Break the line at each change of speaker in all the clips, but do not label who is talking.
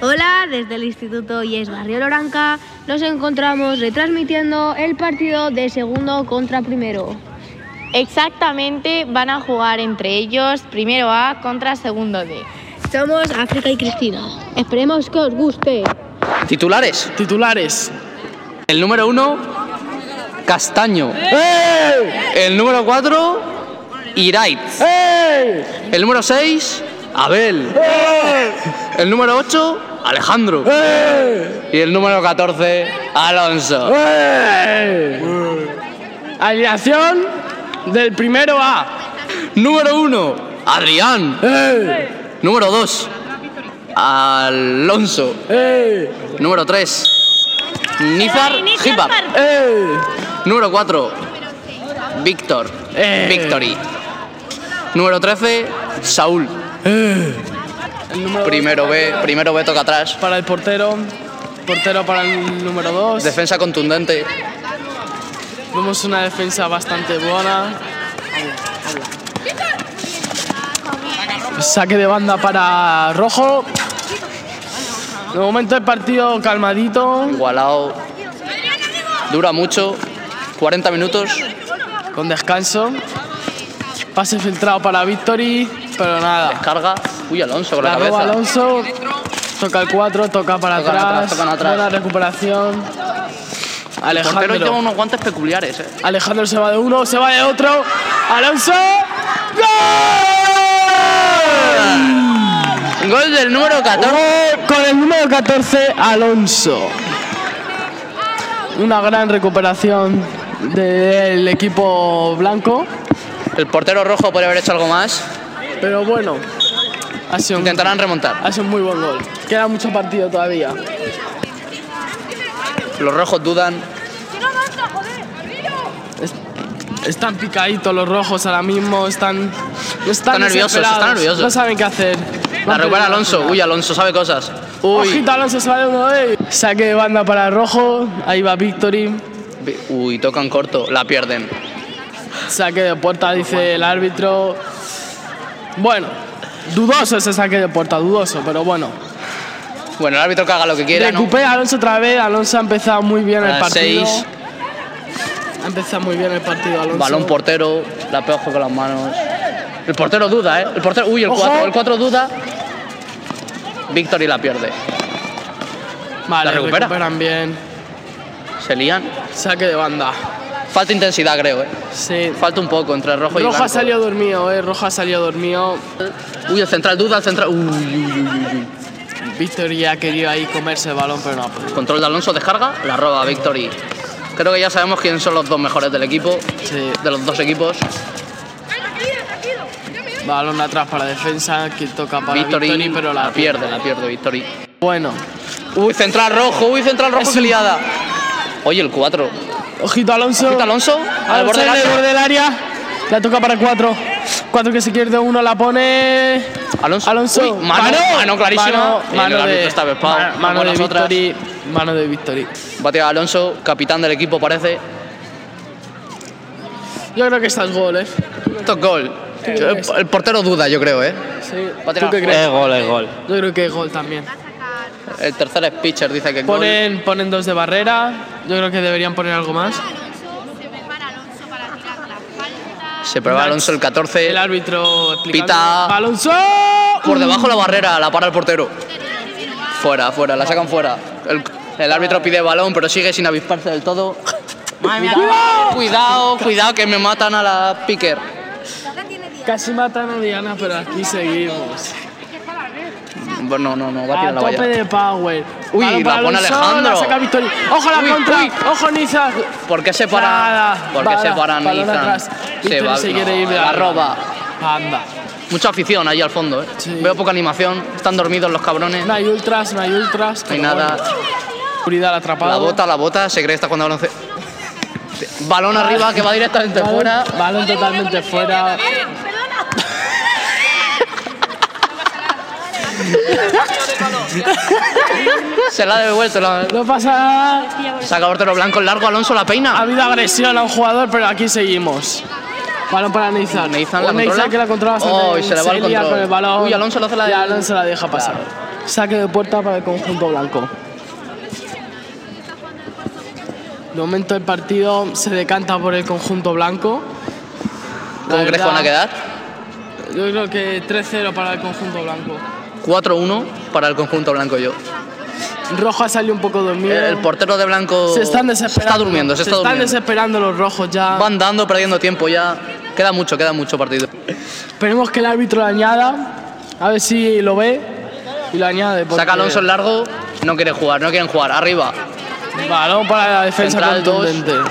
Hola, desde el Instituto Yes Barrio Loranca nos encontramos retransmitiendo el partido de segundo contra primero.
Exactamente, van a jugar entre ellos primero A contra segundo D.
Somos África y Cristina. Esperemos que os guste.
Titulares.
Titulares.
El número uno, Castaño. El número cuatro, Irait. El número seis, Abel.
¡Eh!
El número ocho, Alejandro. Y el número 14, Alonso.
¡Eh! Alineación del primero A.
Número uno, Adrián. Número dos, Alonso. Número 3. Nizar Hipap. Número 4. Víctor.
Eh.
Victory. Número 13. Saúl. Primero B. Primero B toca atrás.
Para el portero. Portero para el número 2.
Defensa contundente.
Vemos una defensa bastante buena. Saque de banda para Rojo. De momento el partido calmadito,
Igualado. Dura mucho. 40 minutos.
con descanso. Pase filtrado para Victory, pero nada.
Carga. Uy, Alonso con la,
La roba
cabeza.
Alonso. Toca el 4, toca para
Tocan atrás,
atrás.
tocan atrás.
Buena recuperación.
El portero lleva
Alejandro.
unos guantes peculiares, eh.
Alejandro se va de uno, se va de otro. Alonso. ¡Gol!
Gol del número 14.
Gol con el número 14, Alonso. Una gran recuperación del equipo blanco,
El portero rojo podría haber hecho algo más.
pero bueno, ha sido, un,
Intentarán remontar.
ha sido un muy buen gol. Queda mucho partido todavía.
Los rojos dudan.
Es- Están picaditos los rojos ahora mismo, están, están,
nerviosos, están
desesperados,
nerviosos.
No saben qué hacer.
La
Van
recupera
perdiendo
Alonso.
la
Uy, Alonso sabe cosas. Uy.
Ojito, Alonso se va de uno, eh. Saque de banda para rojo, ahí va Victory.
Vi- Uy, tocan corto. La pierden.
Saque de puerta, dice el árbitro. Bueno, dudoso ese saque de puerta, dudoso, pero bueno.
Bueno, el árbitro caga lo que quiera, ¿no?
Recupera Alonso otra vez, Alonso ha empezado muy bien
A
el
las
partido.
seis.
Ha empezado muy bien el partido, Alonso.
Balón portero. La peojo con las manos. El portero duda, ¿eh? El portero... Uy, el
Ojo.
4. El 4 duda. Victory la pierde.
Vale,
la recupera.
recuperan bien.
Se lían.
Saque de banda.
Falta intensidad, creo, ¿eh?
Sí.
Falta un poco entre rojo y
Roja
blanco.
salió dormido, eh. Roja salió dormido.
Uy, el central duda, el central... Uy, uy, uy, uy, uy.
Víctor ya ha querido ahí comerse el balón, pero no ha podido.
Control de Alonso, descarga, la roba Victory. Creo que ya sabemos quiénes son los dos mejores del equipo,
Sí.
de los dos equipos.
Balón atrás para defensa, que toca para
Victory,
Victory, pero la,
pierde, la pierde Victory.
Bueno,
Uy, central rojo, uy, central rojo, qué liada. Oye, el 4.
ojito Alonso.
¿Quita Alonso? Al borde del
en el
área.
borde del área. La toca para cuatro. Cuatro que se pierde uno, la pone.
Alonso.
Alonso.
Uy, mano, mano clarísima. Y el árbitro está vespado,
ma-
como
mano de
las otras.
Victory. Mano de Victory.
Batea a Alonso, capitán del equipo parece.
Yo creo que está el gol, eh.
Esto es gol.
creo que
El, el portero duda, yo creo, ¿eh?
Sí.
Va a tirar
¿Tú qué
fuera.
crees?
gol, es gol.
Eh.
Yo creo que es gol también.
El tercer es pitcher, dice que es gol.
Ponen, ponen dos de barrera. Yo creo que deberían poner algo más.
Se prueba Alonso el 14.
El árbitro explicando.
Eh, Pita.
¡Alonso!
Por debajo la barrera, la para el portero. Fuera, fuera, la sacan fuera. El, el árbitro pide balón, pero sigue sin avisparse del todo. Cuidado, cuidado, cuidado, que me matan a la picker.
Casi matan a Diana, pero aquí seguimos.
Bueno, no, no, va a
A
tirar la
tope
valla.
de power.
Uy,
Balón
la
para
pone
Alonso,
Alejandro.
la saca Victoria. Ojo la
Uy,
contra.
uy.
Ojo Niza.
¿Por qué se para?
Nada,
¿Por qué se
bala,
para
balón
Nathan?
atrás.
Se
Víctor
va,
se quiere
no,
ir de
la
ahí.
roba.
Anda.
Mucha afición ahí al fondo, ¿eh?
Sí.
Veo poca animación, están dormidos los cabrones.
No hay ultras, no hay ultras.
No hay
pero
nada.
bueno. Seguridad atrapada.
La bota, la bota, se cree que está cuando balonce. Balón arriba que va directamente
Balón,
fuera.
Balón totalmente fuera.
Se la ha devuelto. La...
No pasa nada.
Saca portero blanco el largo, Alonso la
Ha
peina.
habido agresión a un jugador, pero aquí seguimos. Balón para Neizan.
Neizan la
Neizan
controla.
que la controla bastante
Oh, y
bien.
se le va el
lía
control.
con el balón.
Uy, Alonso lo hace la-
Y Alonso la deja pasar. Saque de puerta para el conjunto blanco. De momento el partido se decanta por el conjunto blanco. La
¿Cómo crees que van a
verdad,
quedar?
Yo creo que 3-0 para el conjunto blanco.
4-1 para el conjunto blanco y yo.
Rojo ha salido un poco dormido.
El portero de blanco
se están
se
desesperando.
está durmiendo, se, está
están
durmiendo.
desesperando los rojos ya.
Van dando, perdiendo tiempo ya. Queda mucho, queda mucho partido.
Esperemos que el árbitro lo añada. A ver si lo ve y lo añade. porque-
Saca Alonso el largo, no quiere jugar, no quieren jugar. Arriba,
Balón para la defensa
Central, dos.
contundente.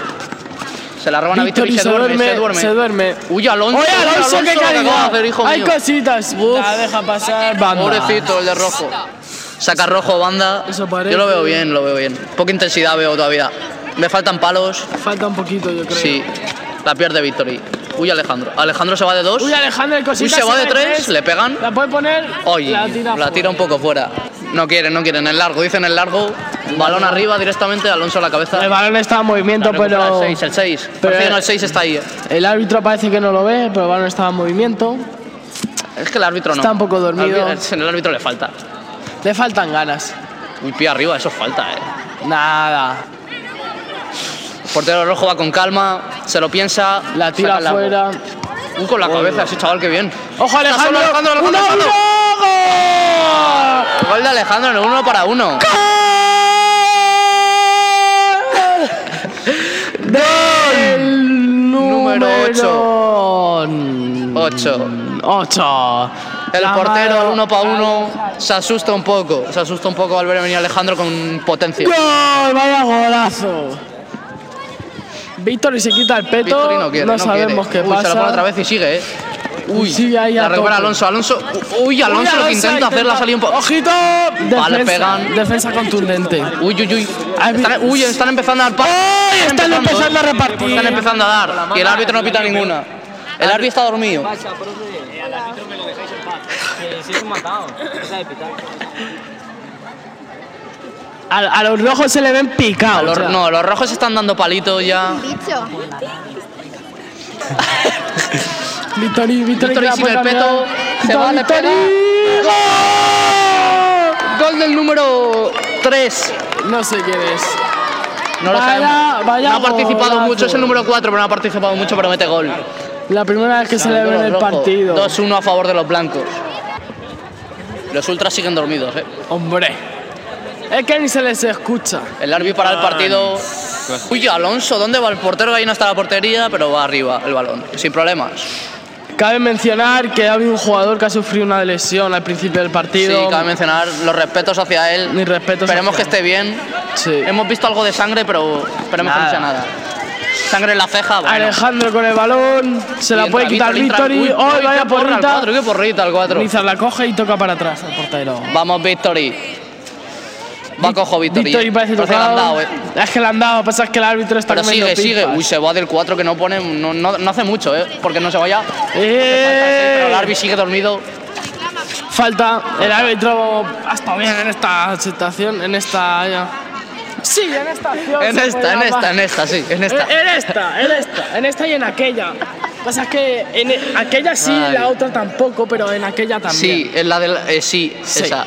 se la roban a Víctor y se, duerme, se duerme.
Se duerme.
Uy, Alonso,
Oye,
uy,
Alonso,
lo
qué
que acaba de
calidad.
hacer, hijo
Hay
mío.
cositas. La deja pasar. Banda.
Pobrecito, el de rojo. Saca rojo, banda.
Eso parece.
Yo lo veo bien, lo veo bien. Poca intensidad veo todavía. Me faltan palos.
Falta un poquito, yo creo.
Sí, la pierde Victory. Uy, Alejandro. Alejandro se va de dos.
Uy, Alejandro, el
Uy,
cosita.
se va de
saca
tres, le pegan.
La puede poner.
Oye,
la tira.
la
fuera.
tira un poco fuera. No quieren, no quieren. El largo, dicen el largo. Balón arriba directamente, Alonso a la cabeza.
El balón está en movimiento,
Recupera
pero.
El 6, el 6.
pero-
el 6 está ahí. eh.
El árbitro parece que no lo ve, pero el balón estaba en movimiento.
Es que el árbitro no.
Está un poco dormido.
Al- En el árbitro le falta.
Le faltan ganas.
Uy, pie arriba, eso es falta, eh.
Nada.
El portero rojo va con calma, se lo piensa.
La
saca
tira
el largo.
fuera.
Uy, con la cabeza, ese chaval, qué bien.
¡Ojo,
Está
Alejandro!
solo Alejandro, Alejandro,
¡Uno,
Alejandro.
uno! ¡Gol!
Gol de Alejandro en el uno para uno.
Del número
ocho. 8.
8.
El portero, el uno para uno, se asusta un poco. Se asusta un poco al ver venir a Alejandro con potencia.
¡Gol! ¡Vaya golazo! Víctor y se quita el peto.
Victory no quiere, no,
sabemos
quiere.
qué
Uy,
pasa.
Se lo pone otra vez y sigue, eh. Uy,
Sigue ahí a
la recupera
tope.
Alonso. Alonso, uy,
Uy,
Alonso lo que
Alonso
intenta hacer la salida un poco.
¡Ojito!
Vale,
Defensa-
pegan.
Defensa contundente.
Uy, uy, uy.
Ay,
Están, uy, están empezando a dar pasos.
¡Ay! Están empezando a repartir.
Están empezando a dar. Y el árbitro no pita ninguna. El árbitro está dormido.
A, a los rojos se le ven picados.
Los-
ya.
no, los rojos están dando palitos ya.
Bicho.
Victory, Victory,
Victory
que la
sin el
puede
peto.
cambiar.
Se va, le
Victory,
pega. Gol del número 3.
¡Gol! No sé quién es.
No lo
Vaya-
sabemos.
vaya
no ha participado
golazo.
mucho. Es el número 4, pero no ha participado mucho, pero mete gol.
La primera vez que se le ve en el
Los rojos,
partido.
2-1 a favor de los blancos. Los ultras siguen dormidos, eh.
Hombre. Es que ni se les escucha.
El árbitro para el partido. Uy, Alonso, ¿dónde va el portero? Ahí no está la portería, pero va arriba el balón, sin problemas.
Cabe mencionar que ha habido un jugador que ha sufrido una lesión al principio del
Sí,
partido.
cabe mencionar los respetos hacia él.
Mis respetos
Esperemos que
hacia
esté bien.
Sí.
Hemos visto algo de sangre, pero esperemos que no sea nada. Sangre en la ceja, bueno.
Alejandro con el balón. Se la
Y
puede
entra
quitar
Víctor,
Victory.
entra- Uy,
¡Oh,
qué
vaya
porra al
porrita!
cuatro, qué porrita al 4!
Nizar la coge y toca para atrás al portero.
Vamos, Victory. Va cojo Victory.
Victory parece
que le
tocado.
han dado, eh.
Es que le han dado, pasa es que el árbitro está
Pero
comiendo
sigue, sigue.
pipas.
Uy, se va del 4 que no pone. No, no- no hace mucho, ¿eh? Porque no se vaya. Pero el
¡Eh!
árbitro sigue dormido.
Falta. El árbitro ha estado bien en esta situación, en esta. ya. Sí, en esta acción.
En
se
esta,
puede Eh,
en esta,
llamar.
en esta, sí, en esta.
En en esta, en esta, en esta y en aquella. Pasa es que en e- aquella sí,
Ay.
la otra tampoco, pero en aquella también.
Sí, es la del. eh, sí,
Sí.
esa.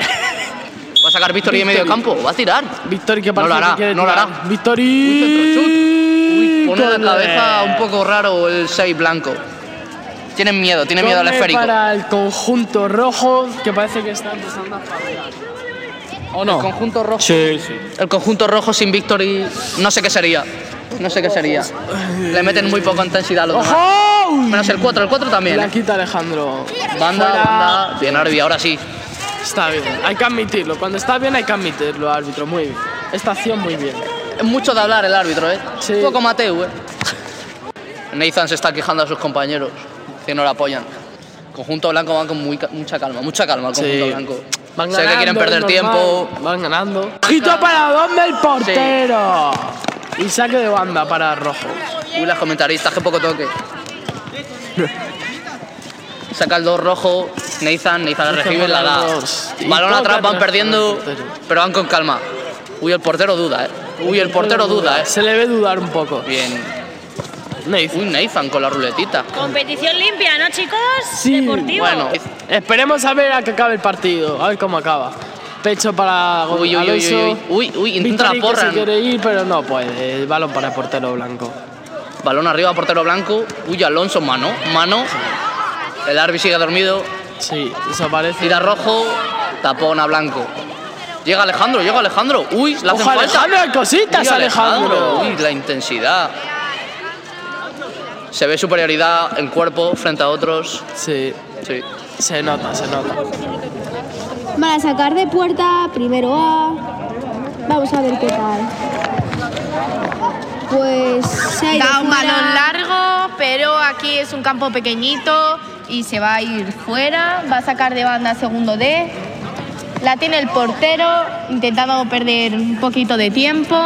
Va a sacar Víctor y en medio
Victory.
campo, va a tirar.
Victory que
No lo
parece
hará,
que quiere
no lo hará.
tirar.
Un centro, chut.
Victory.
Pone la
con
cabeza
el-
un poco raro el 6 blanco. Tienen miedo, tienen miedo al
Corner
esférico.
Para el conjunto rojo que parece que está empezando a fallar. ¿O
El
no?
conjunto rojo.
Sí, sí.
El conjunto rojo sin Victory, no sé qué sería. No sé qué sería. Le meten muy poca intensidad a los demás.
¡Ojo!
Menos el 4, el 4 también.
La
¿eh?
quita Alejandro.
Banda,
Fuera.
banda. Bien, Arby, ahora sí.
Está bien, hay que admitirlo. Cuando está bien hay que admitirlo, árbitro. Muy bien. Esta acción muy bien.
Es mucho de hablar el árbitro, ¿eh?
Sí.
Un poco Mateu, ¿eh? Nathan se está quejando a sus compañeros, que no le apoyan. Conjunto blanco van con muy ca- mucha calma, mucha calma el conjunto blanco.
Van
sé que quieren
ganando,
perder
normal.
tiempo.
Van ganando. Ojito para dónde el portero. Y saque de banda para rojo.
Uy, las comentaristas, qué poco toque. Saca el 2 rojo, Nathan, Nathan la
Nathan
recibe, la
para
da.
el dos. Y
Balón
toca
atrás, van
atrás
perdiendo,
para el portero.
pero van con calma. Uy, el portero duda, ¿eh? Uy, el portero duda, ¿eh?
Se le ve dudar un poco.
Bien.
Nathan.
Uy, Nathan con la ruletita.
Competición limpia, ¿no, chicos?
Sí.
Deportivo.
Bueno,
Esperemos a ver a que acabe el partido, a ver cómo acaba. Pecho para Go-
Uy, uy, uy,
Alonso.
uy, uy. Uy, uy, intenta la
Victory,
porra,
que
¿no?
se quiere ir, pero no puede. El balón para el portero blanco.
Balón arriba, portero blanco. Uy, Alonso, mano, mano. El árbitro sigue dormido.
Sí, eso parece.
Tira rojo, tapón a blanco. Llega Alejandro, llega Alejandro. Uy, la hacen
Ojo,
falta.
Alejandro, hay cositas,
Uy,
Alejandro.
Uy, la intensidad. Se ve superioridad en cuerpo frente a otros.
Sí,
Sí.
se nota, se nota.
Van a sacar de puerta, primero A. Vamos a ver qué tal. Pues se ha ido
Da un
fuera.
balón largo, pero aquí es un campo pequeñito y se va a ir fuera. Va a sacar de banda segundo D. La tiene el portero, intentando perder un poquito de tiempo.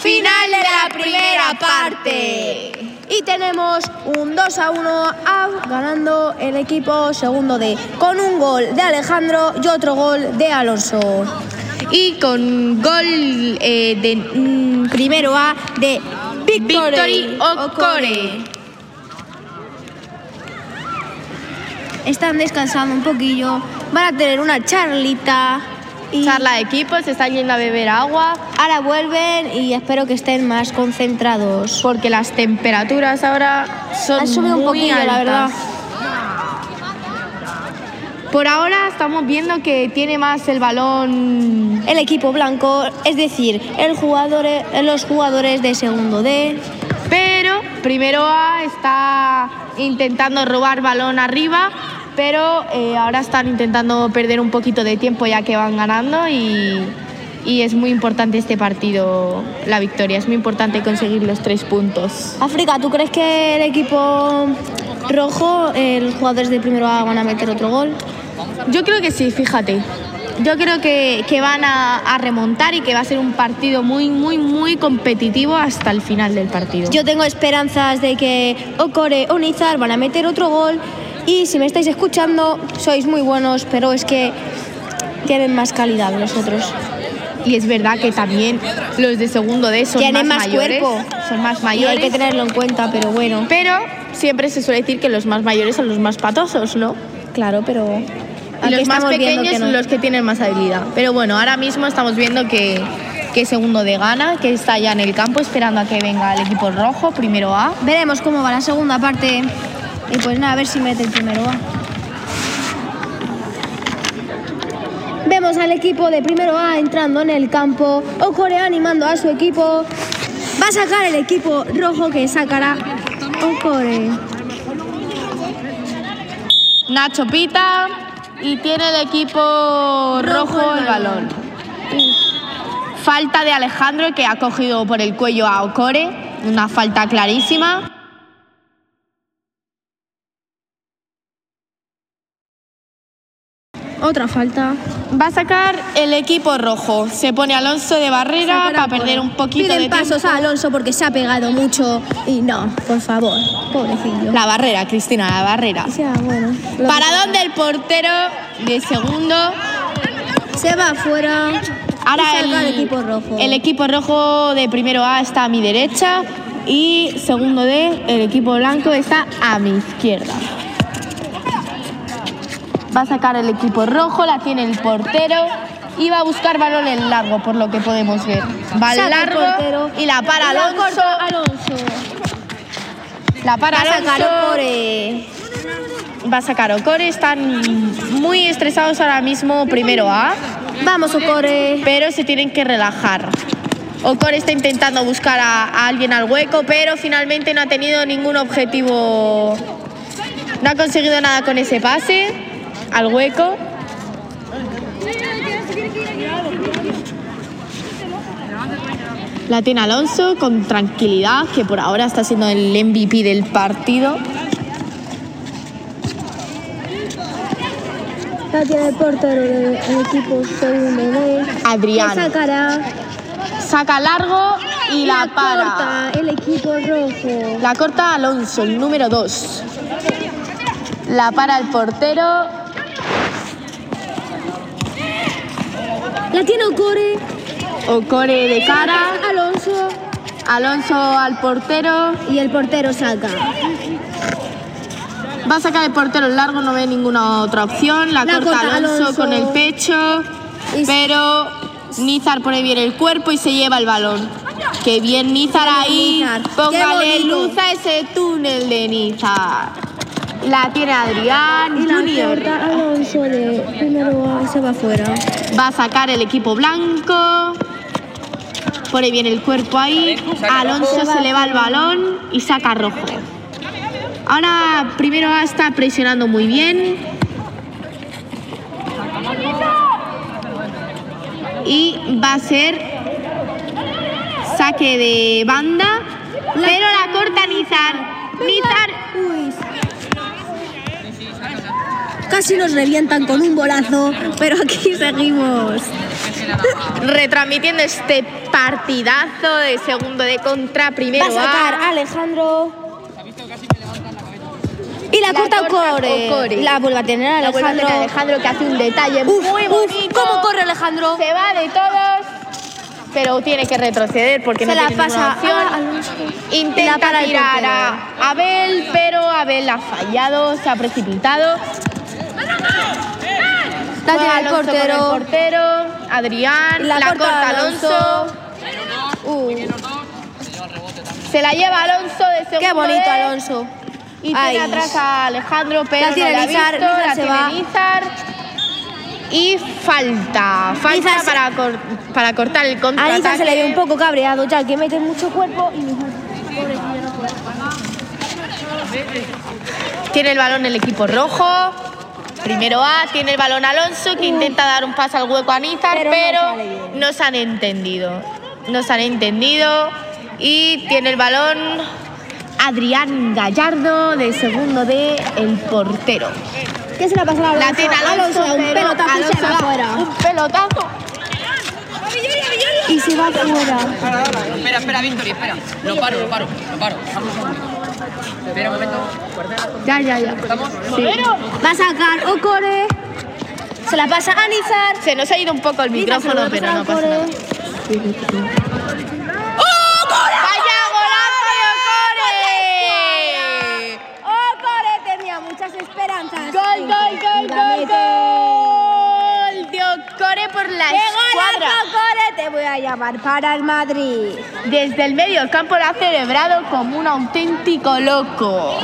Final de la primera parte.
Y tenemos un 2 a 1 out, ganando el equipo segundo D, con un gol de Alejandro y otro gol de Alonso.
Y con gol eh, de
Mm, primero A de Victory,
Victory Ocore.
Están descansando un poquillo, van a tener una charlita. Y
Charla de equipo, se están yendo a beber agua
Ahora vuelven y espero que estén más concentrados.
porque las temperaturas ahora son
Han subido un
muy
poquillo, la
altas.
verdad.
Por ahora estamos viendo que tiene más el balón.
El equipo blanco, es decir, el jugador, eh, los jugadores de segundo D.
Pero primero A está intentando robar balón arriba, pero eh, ahora están intentando perder un poquito de tiempo ya que van ganando y, y es muy importante este partido, la victoria. Es muy importante conseguir los tres puntos.
África, ¿tú crees que el equipo rojo, eh, los jugadores de primero A van a meter otro gol?
Yo creo que sí, fíjate. Yo creo que, que van a, a remontar y que va a ser un partido muy, muy, muy competitivo hasta el final del partido.
Yo tengo esperanzas de que Ocore o Nizar van a meter otro gol y si me estáis escuchando, sois muy buenos, pero es que tienen más calidad nosotros.
y es verdad que también los de segundo D son
Tienen
más,
más
mayores.
cuerpo.
Son más
Y hay
mayores.
que tenerlo en cuenta, pero bueno.
Pero siempre se suele decir que los más mayores son los más patosos, ¿no?
Claro, pero
Y
aquí
los más
estamos viendo
pequeños
que no.
los que tienen más habilidad. Pero bueno, ahora mismo estamos viendo que, que segundo de gana, que está ya en el campo esperando a que venga el equipo rojo, primero A.
Veremos cómo va la segunda parte. Y pues nada, a ver si mete el primero A. Vemos al equipo de primero A entrando en el campo. Ocore animando a su equipo. Va a sacar el equipo rojo que sacará Ocore.
Nacho pita y tiene el equipo rojo, el balón. Falta de Alejandro que ha cogido por el cuello a Ocore, una falta clarísima.
Otra falta.
Va a sacar el equipo rojo. Se pone Alonso de barrera
Sacará
para perder
Ocore.
un poquito
Piden
de tiempo.
pasos a Alonso porque se ha pegado mucho. Y no, por favor. Pobrecillo.
La barrera, Cristina, la barrera.
Ya, bueno. lo-
Paradón del portero de segundo.
Se va afuera. y
Ahora
saca
el,
el equipo rojo.
el equipo rojo de primero A está a mi derecha y segundo D, el equipo blanco está a mi izquierda. Va a sacar el equipo rojo, la tiene el portero y va a buscar balón en largo, por lo que podemos ver. Va al
Saca el
largo
portero.
y la para
Y la
Alonso.
corta Alonso.
La para
Va a sacar
Alonso.
Ocore.
Va a sacar Ocore. Están muy estresados ahora mismo primero A.
Vamos, Ocore.
pero se tienen que relajar. Ocor está intentando buscar a, a alguien al hueco, pero finalmente no ha tenido ningún objetivo. No ha conseguido nada con ese pase al hueco. La tiene Alonso con tranquilidad, que por ahora está siendo el MVP del partido.
La tiene el portero del equipo segundo B.
Adrián.
sacará
Saca largo y la para.
el equipo rojo.
La corta Alonso, el número 2. La para el portero.
La tiene Ocore.
Ocore de cara.
Alonso.
Alonso al portero.
Y el portero saca.
Va a sacar el portero largo, no ve ninguna otra opción. La,
La
corta,
corta
Alonso,
Alonso.
con el pecho.
Y-
Pero Nizar pone bien el cuerpo y se lleva el balón. Qué bien Nizar ahí.
Nizar. Qué
Póngale
bonito.
luz a ese túnel de Nizar. La tiene Adrián
Y la
Junior.
corta Alonso de primero A se va fuera.
Va a sacar el equipo blanco. Pone bien el cuerpo ahí. Alonso se le va el balón y saca rojo. Ahora primero A está presionando muy bien. Y va a ser saque de banda. Pero la corta Nizar. Nizar
Uy. Casi nos revientan con un bolazo, pero aquí seguimos.
retransmitiendo este partidazo de segundo de contra primero
Va a sacar Alejandro. Y la,
La
corta
corta
Ocore.
Ocore.
La vuelve a tener
La
Alejandro.
vuelve a tener Alejandro que hace un detalle
Uf,
muy
uf,
bonito.
¿Cómo corre Alejandro?
Se va de todos, pero tiene que retroceder porque no
Se la
tiene
pasa
ninguna
a
opción.
Alonso.
Intenta
La para el
tirar
portero.
a Abel, pero Abel ha fallado, se ha precipitado.
La
Juega
tiene el
Alonso con el
portero.
portero, Adrián, la, corta, Alonso.
Uh,
Se la lleva Alonso de segundo.
qué bonito
de-
Alonso.
Y
Ay.
tiene atrás a Alejandro, pero
La tiene
no la ha
Lizar,
visto,
Lizar
la
se
tiene
va.
Lizar. Y falta, falta
Lizar se-
para, cor- para cortar el
A
contraataque.
Lizar se le ve un poco cabreado, ya que mete mucho cuerpo y
Tiene el balón el equipo rojo. Primero A, tiene el balón Alonso, que intenta dar un pase al hueco a Nizar,
Pero
pero, no
no sale bien.
se han entendido. No se han entendido. Y tiene el balón Adrián Gallardo, de segundo de el portero.
¿Qué se la pasa a Alonso?
La tiene Alonso,
un
pero
pelotazo y se
Alonso
va
da
fuera.
Un pelotazo.
Y se va fuera.
Espera, espera, Victoria, espera. Lo paro, lo paro, lo paro. Espera un momento.
Ya, ya, ya.
Va a sacar Ocore. Se la pasa a Nizar.
Se nos ha ido un poco el micrófono, pero no pasa nada. ¡Vaya golazo de Ocore!
Ocore tenía muchas esperanzas.
¡Gol, gol, gol, gol, gol! De Ocore por la escuadra.
Ocore! Te voy a llamar para el Madrid.
Desde el medio campo lo ha celebrado como un auténtico loco.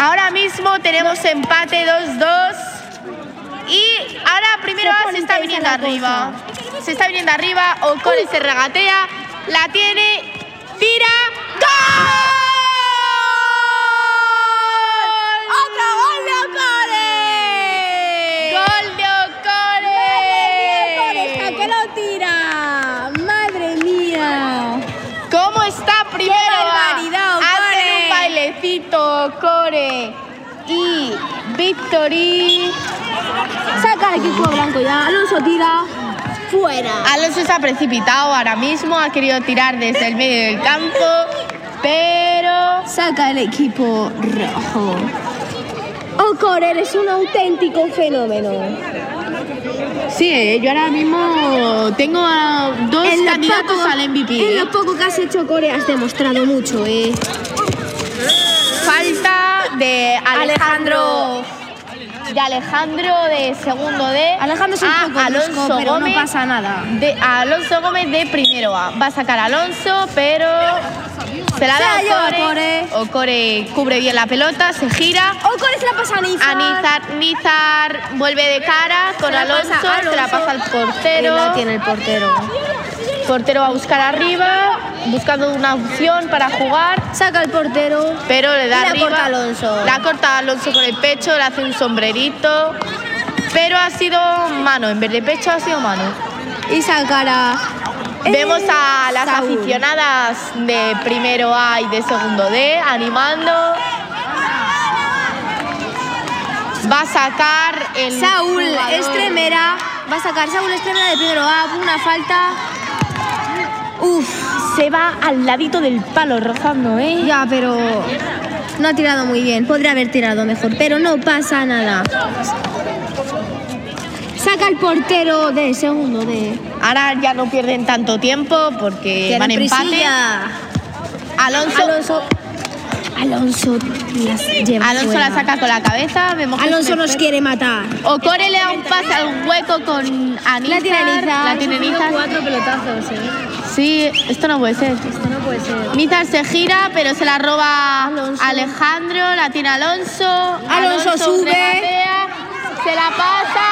Ahora mismo tenemos empate 2-2. Y ahora primero
Se
A se,
pone
está
intensa
viniendo
la
arriba. Se está viniendo arriba. Ocore se regatea. La tiene. Tira. ¡Gol!
¡Otro gol de Ocore!
¡Gol de
¡Ocore está que
Ocore!
lo tira! ¡Madre mía!
¿Cómo está primero? A?
barbaridad,
Hacen un
Ocore!
bailecito, Core. Y Victory.
Saca el equipo blanco ya. Alonso tira. ¡Fuera!
Alonso se ha precipitado ahora mismo, ha querido tirar desde el medio del campo, pero
Saca el equipo rojo. Ocore eres un auténtico fenómeno.
sí, eh, yo ahora mismo tengo a dos
lo
candidatos
poco-
al MVP.
En
eh.
lo poco que has hecho, Core, has demostrado mucho, ¿eh?
Falta de Alejandro. De Alejandro de segundo D. Ah,
Alejandro es
a
un poco brusco, pero no pasa nada.
De, a Alonso Gómez de primero A. Va a sacar a Alonso, pero. Se la
Se la lleva
da Ocore.
Ocore.
Ocore cubre bien la pelota, se gira.
Ocore se la pasa a Nizar.
A Nizar, Nizar vuelve de cara con
la pasa
Alonso,
a
se la
Alonso.
pasa al
Y
portero.
la tiene el portero.
Portero va a buscar arriba, buscando una opción para jugar.
Saca el portero.
Pero le da
Y la
arriba.
corta Alonso.
La corta Alonso con el pecho, le hace un sombrerito. Pero ha sido mano, en vez de pecho ha sido mano.
Y sacará. Eh,
Vemos a las aficionadas de primero A y de segundo D animando. Va a sacar el.
Saúl
jugador.
Estremera. Va a sacar Saúl Estremera de primero A. Una falta. Uf,
Se va al ladito del palo rozando, ¿eh?
ya, pero. No ha tirado muy bien. Podría haber tirado mejor, pero no pasa nada. Saca el portero de segundo de.
Ahora ya no pierden tanto tiempo porque
Tiene
van empate.
prisilla.
Alonso,
Alonso. Alonso las lleva
Alonso
fuera.
la saca con la cabeza. Vemos que
Alonso
este-
nos quiere matar.
Ocore le da un pase al hueco con Anizar.
La tiene Nizar.
La tiene Nizar.
cuatro pelotazos, ¿eh?
Sí, esto no puede ser.
Esto no puede ser.
Nizar se gira, pero se la roba Alejandro. La tiene Alonso.
Alonso sube.
regatea, Se la pasa.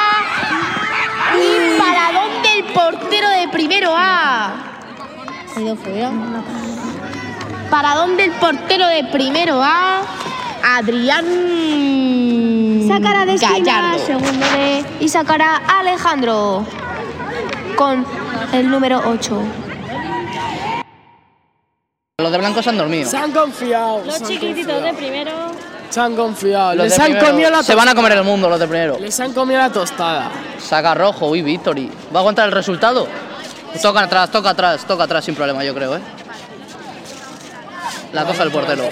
Y para dónde el portero de primero A.
Ha ido fuera.
Para dónde el portero de primero A. Adrián.
Mm,
Sacará de esquina,
Gallardo.
segundo de... Y sacará Alejandro con el número 8.
Los de blanco se han dormido.
Se han confiado.
Los
se han
chiquititos de
confiado.
primero.
Se han confiado.
Los
Les
de
han
primero
comido la
se van
tostada.
a comer el mundo los de primero.
Les han comido la tostada.
Saca rojo, uy, Victory. ¿Va a aguantar el resultado? Toca atrás, toca atrás, toca atrás sin problema, yo creo, ¿eh? La coge el portero.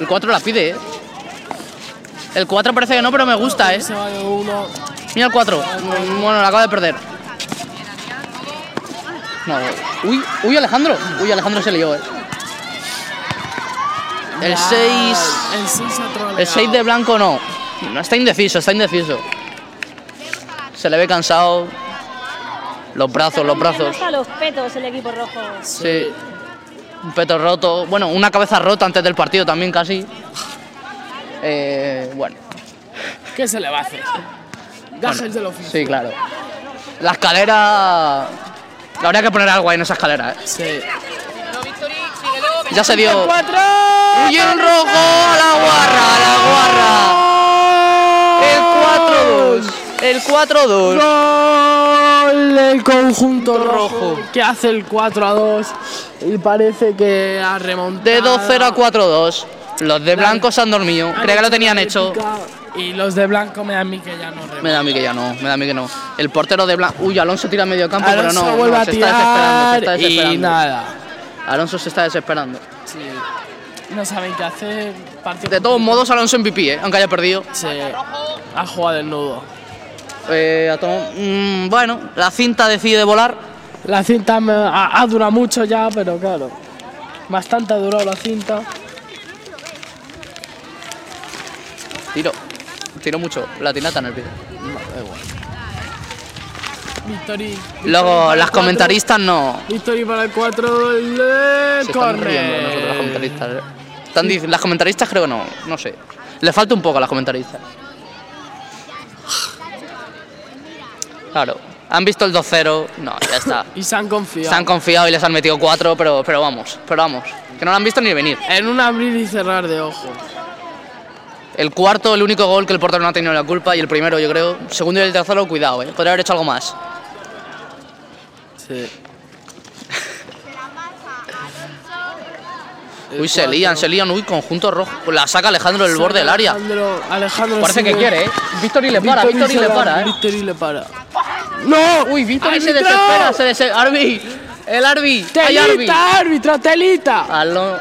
El 4 la pide, ¿eh? El 4 parece que no, pero me gusta, ¿eh?
Se va de uno.
Mira el 4. Bueno, la acaba de perder. No, uy, uy, Alejandro. Uy, Alejandro se lió, ¿eh? El 6.
El 6 ha troleado.
El 6 de blanco no. No, Está indeciso, está indeciso. Se le ve cansado. Los brazos, los brazos.
Hasta los petos el equipo rojo.
Sí. Un peto roto. Bueno, una cabeza rota antes del partido también casi. Eh, bueno,
¿Qué se le va a hacer? Gajes del oficio.
sí, claro. La escalera... Habría que poner algo ahí en esa escalera. ¿eh?
Sí.
Ya se dio...
¡Cuatro!
¡Uy, el rojo! ¡A la guarra! ¡A la guarra! El 4-2. El 4-2.
Gol del conjunto rojo.
rojo.
Que hace el 4 a 2. Y parece que ha remontado.
De 2-0 a 4-2. Los de blanco se han dormido.
Han
Creía que
hecho
lo tenían
una
hecho.
típica, Y los de blanco me dan a mí que ya no remontan.
Me da a mí que ya no, me da a mí que no. El portero de blanco. Uy, Alonso tira a medio campo,
Alonso
pero no.
vuelve
no,
a
se está desesperando, se está
tirar y
desesperando.
nada.
Alonso se está desesperando.
Sí. No saben qué hacer. Partido
De todos modos, Alonso MVP, ¿eh? aunque haya perdido.
Sí. Ha jugado desnudo.
Eh, a tomo- mm, bueno, la cinta decide volar.
La cinta me- ha, ha durado mucho ya, pero claro. Bastante ha durado la cinta.
Tiro. Tiro mucho. La tinata en el pie.
Victory.
Luego,
Victory
las
para el cuatro.
comentaristas no.
Victoria para el 4 de
Se están riendo de nosotros, las
corre.
comentaristas. ¿eh? Están dic- las comentaristas creo que no, no sé. Le falta un poco a las comentaristas. Claro. Han visto el 2-0. No, ya está.
Y se han confiado.
Se han confiado y les han metido cuatro, pero, pero vamos, pero vamos. Que no lo han visto ni venir.
en un abrir y cerrar de ojos.
El cuarto, el único gol que el portero no ha tenido la culpa, y el primero, yo creo. Segundo y el tercero, cuidado, ¿eh? Podría haber hecho algo más.
Sí.
Uy, se lían, se lían. Uy, conjunto rojo. La saca Alejandro del borde del área.
Alejandro, Alejandro
Parece que
sigue.
quiere, ¿eh? Víctor y le para,
Victory
Víctor y
se
le
la-
para, ¿eh?
Victory le para.
¡No! Uy, Víctor y se
¡Árbitro!
desespera, se desespera. ¡Arbi! ¡El Arbi! ¡Hay Ah, Arbi!
¡Telita, árbitro, telita!
Alo-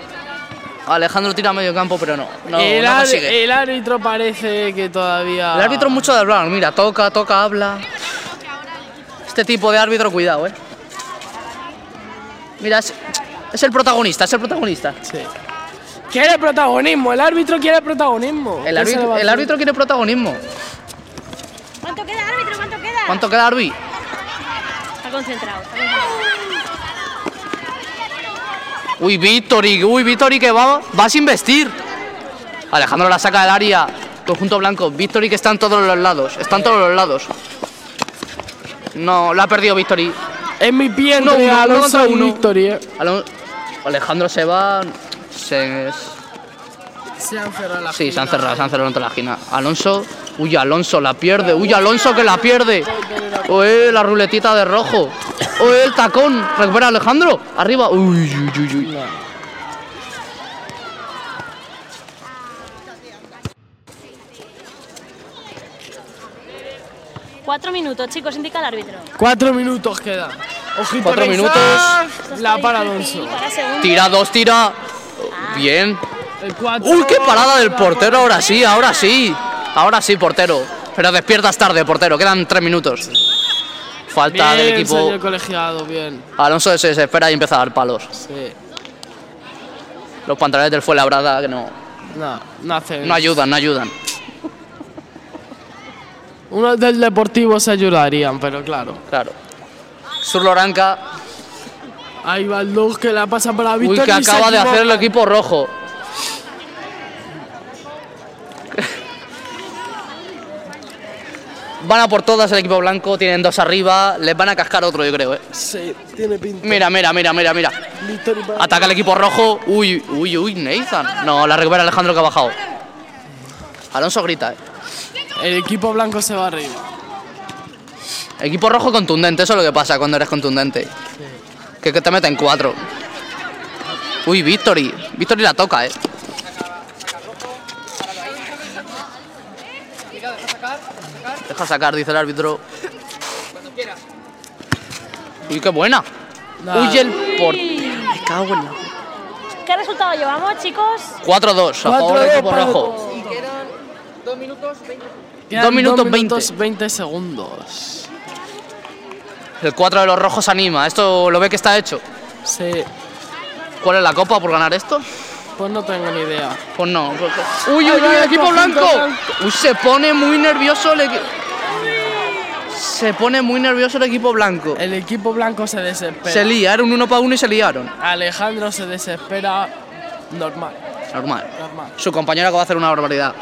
Alejandro tira a medio campo, pero no. No,
el, eh,
no
ar-
consigue.
el árbitro parece que todavía.
El árbitro es mucho de hablar, mira, toca, toca, habla. Este tipo de árbitro, cuidado, eh. Mira, es, es el protagonista, es el protagonista.
Sí. Quiere protagonismo, el árbitro quiere protagonismo.
El
¿Qué se le va
árbitro,
a
el
hacer?
árbitro quiere protagonismo.
¿Cuánto queda, árbitro? ¿Cuánto queda?
¿Cuánto queda, Arbi?
Está concentrado. Está concentrado.
Uy, Víctori, uy, Víctori que va, va sin vestir. Alejandro la saca del área. Conjunto blanco, Víctori que está en todos los lados, está en todos los lados. No, la ha perdido Víctori.
Es mi pie
Uno,
entre
uno, uno
Alonso
contra
y
uno.
Victory. eh.
Alon- Alejandro se va, se,
Se han cerrado las
Sí, se han cerrado, se han cerrado entre la esquina. Alonso, uy, Alonso la pierde, uy, Alonso que la pierde. Uy, la ruletita de rojo. Uy, el tacón, recupera Alejandro. Arriba, uy, uy, uy, uy.
Cuatro minutos, chicos, indica el árbitro.
Cuatro minutos quedan. Ojito
Cuatro
Reizar.
minutos.
La para Alonso.
Para segundo.
Tira dos, tira. Bien.
El cuatro.
Uy, qué parada del portero, ahora sí, ahora sí. Ahora sí, portero. Pero despiertas tarde, portero, quedan tres minutos. Falta
Bien,
del equipo.
señor colegiado, bien.
Alonso se desespera y empieza a dar palos.
Sí.
Los pantalones del Fuenlabrada que no.
No, no hace.
No ayudan, no ayudan.
Unos del Deportivo se ayudarían, pero claro.
Claro. Surloranca,
Ahí va el Luz que la pasa para
uy,
Víctor.
que
y se
acaba de
equivoca.
hacer el equipo rojo. Van a por todas el equipo blanco, tienen dos arriba, les van a cascar otro, yo creo, eh.
Sí, tiene pinta.
Mira, mira, mira, mira, mira.
Víctor y para-
Ataca el equipo rojo. Uy, uy, uy, Nathan. No, la recupera Alejandro que ha bajado. Alonso grita, eh.
El equipo blanco se va arriba.
Equipo rojo contundente, eso es lo que pasa cuando eres contundente. Que, que te meten cuatro. Uy, Victory. Victory la toca, eh. Deja sacar, dice el árbitro. Uy, qué buena.
Nada.
Uy, el por. Me cago en la-
¿Qué resultado llevamos, chicos?
4-2 a favor del
4-2
equipo
para-
rojo.
Quedan
Dos minutos
minutos 20 segundos.
El 4 de los rojos anima. Esto lo ve que está hecho.
Sí,
¿Cuál es la copa por ganar esto?
pues no tengo ni idea.
Pues no. porque- ¡Uy, uy,
Ahí va
uy!
el
¡Equipo
conjunto
blanco!
blanco.
Uy, se pone muy nervioso el equipo. Se pone muy nervioso el equipo blanco.
El equipo blanco se desespera.
Se liaron uno para uno y se liaron.
Alejandro se desespera. Normal,
Normal.
normal.
Su compañero acaba de hacer una barbaridad.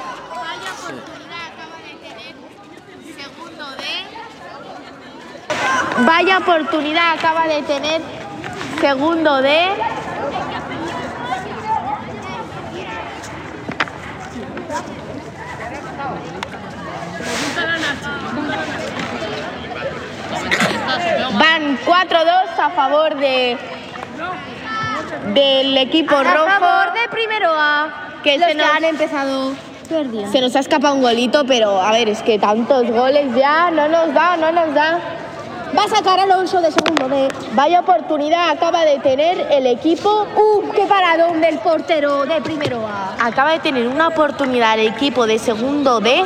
Vaya oportunidad acaba de tener segundo de... Van 4-2 a favor de del equipo rojo.
A favor de primero A.
que
Este
los
se
que
nos-
han empezado perdiendo.
Se nos ha escapado un golito, pero a ver, es que tantos goles ya no nos da, no nos da.
Va a sacar Alonso de segundo D.
Vaya oportunidad acaba de tener el equipo.
¡Uh! ¡Qué paradón del portero de primero A!
Acaba de tener una oportunidad el equipo de segundo B,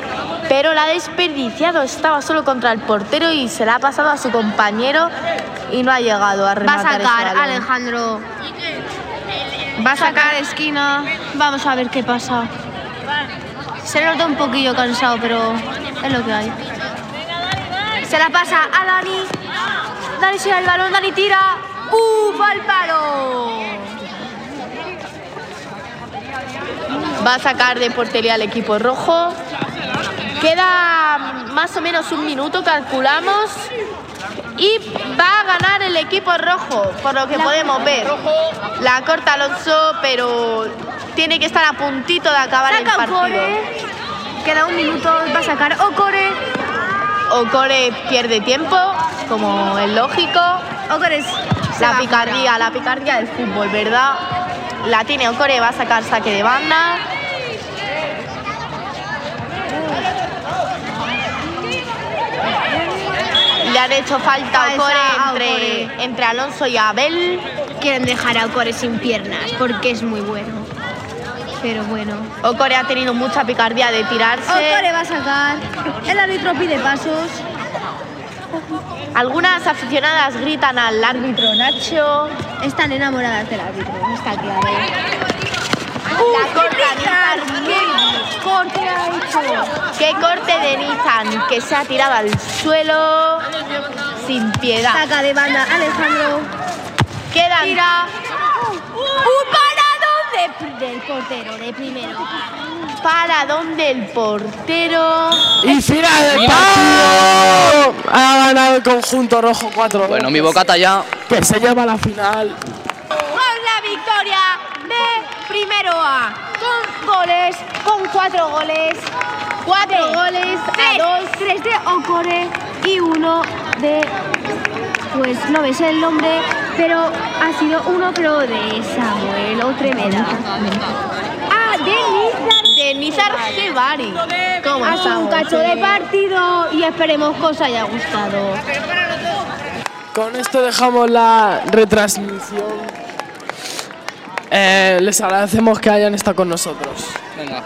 pero la ha desperdiciado. Estaba solo contra el portero y se la ha pasado a su compañero y no ha llegado a
Va a
rematar.
sacar
ese balón.
Alejandro. Va a sacar esquina. Vamos a ver qué pasa. Se nota un poquillo cansado, pero es lo que hay. Se la pasa a Dani. Dani se da el balón, Dani tira. ¡Uh! ¡Va al palo!
Va a sacar de portería al equipo rojo. Queda más o menos un minuto, calculamos. Y va a ganar el equipo rojo, por lo que podemos ver. La corta Alonso, pero tiene que estar a puntito de acabar
Saca eh.
el partido.
Ocore. Queda un minuto, va a sacar Ocore.
Ocore eh, pierde tiempo, como es lógico.
Ocore es
La picardía, la picardía del fútbol, ¿verdad? La tiene Ocore, va a sacar saque de banda. Le han hecho falta a
Falta a
Ocore entre,
Ocore.
entre Alonso y Abel.
Quieren dejar a Ocore sin piernas porque es muy bueno. Pero bueno.
Ocore ha tenido mucha picardía de
Ocore
tirarse.
va a sacar. El árbitro pide pasos.
Algunas aficionadas gritan al árbitro Nacho.
Están enamoradas del árbitro, está claro.
La corta Nizan, qué
corte ha hecho!
Qué corte de Nissan que se ha tirado al suelo sin piedad.
Saca de banda Alejandro.
Quedan
Tira. ¡Uh! ¡Un paradón de- del portero de primero!
para donde el portero.
Y final del partido. Ha ganado el conjunto rojo 4
Bueno, mi bocata ya.
Que se lleva a la final.
Con la victoria de primero A. Con goles, con cuatro goles.
Cuatro
de
goles
tres,
a dos.
Tres de Ocore y uno de. Pues no ves el nombre, pero ha sido uno, pero de Samuel o Tremeda. Ah, de Nizar.
De Nizar Gebari. ¿Cómo
Ha sido un
estamos?
cacho de partido y esperemos que os haya gustado.
Con esto dejamos la retransmisión. Eh, les agradecemos que hayan estado con nosotros.
Venga.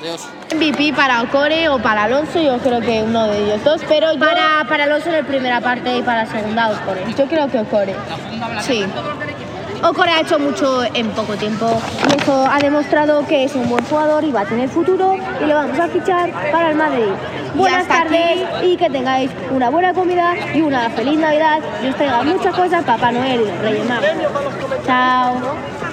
Adiós.
MVP para Ocore o para Alonso, yo creo que uno de ellos dos, pero yo-
Para, para Alonso en la primera parte y para la segunda Ocore.
yo creo que Ocore. Sí.
Okora ha hecho mucho en poco tiempo y eso ha demostrado que es un buen jugador y va a tener futuro y le vamos a fichar para el Madrid. Buenas
hasta
tardes y que tengáis una buena comida y una feliz Navidad y os traiga muchas cosas Papá Noel y los Reyes Magos. Chao.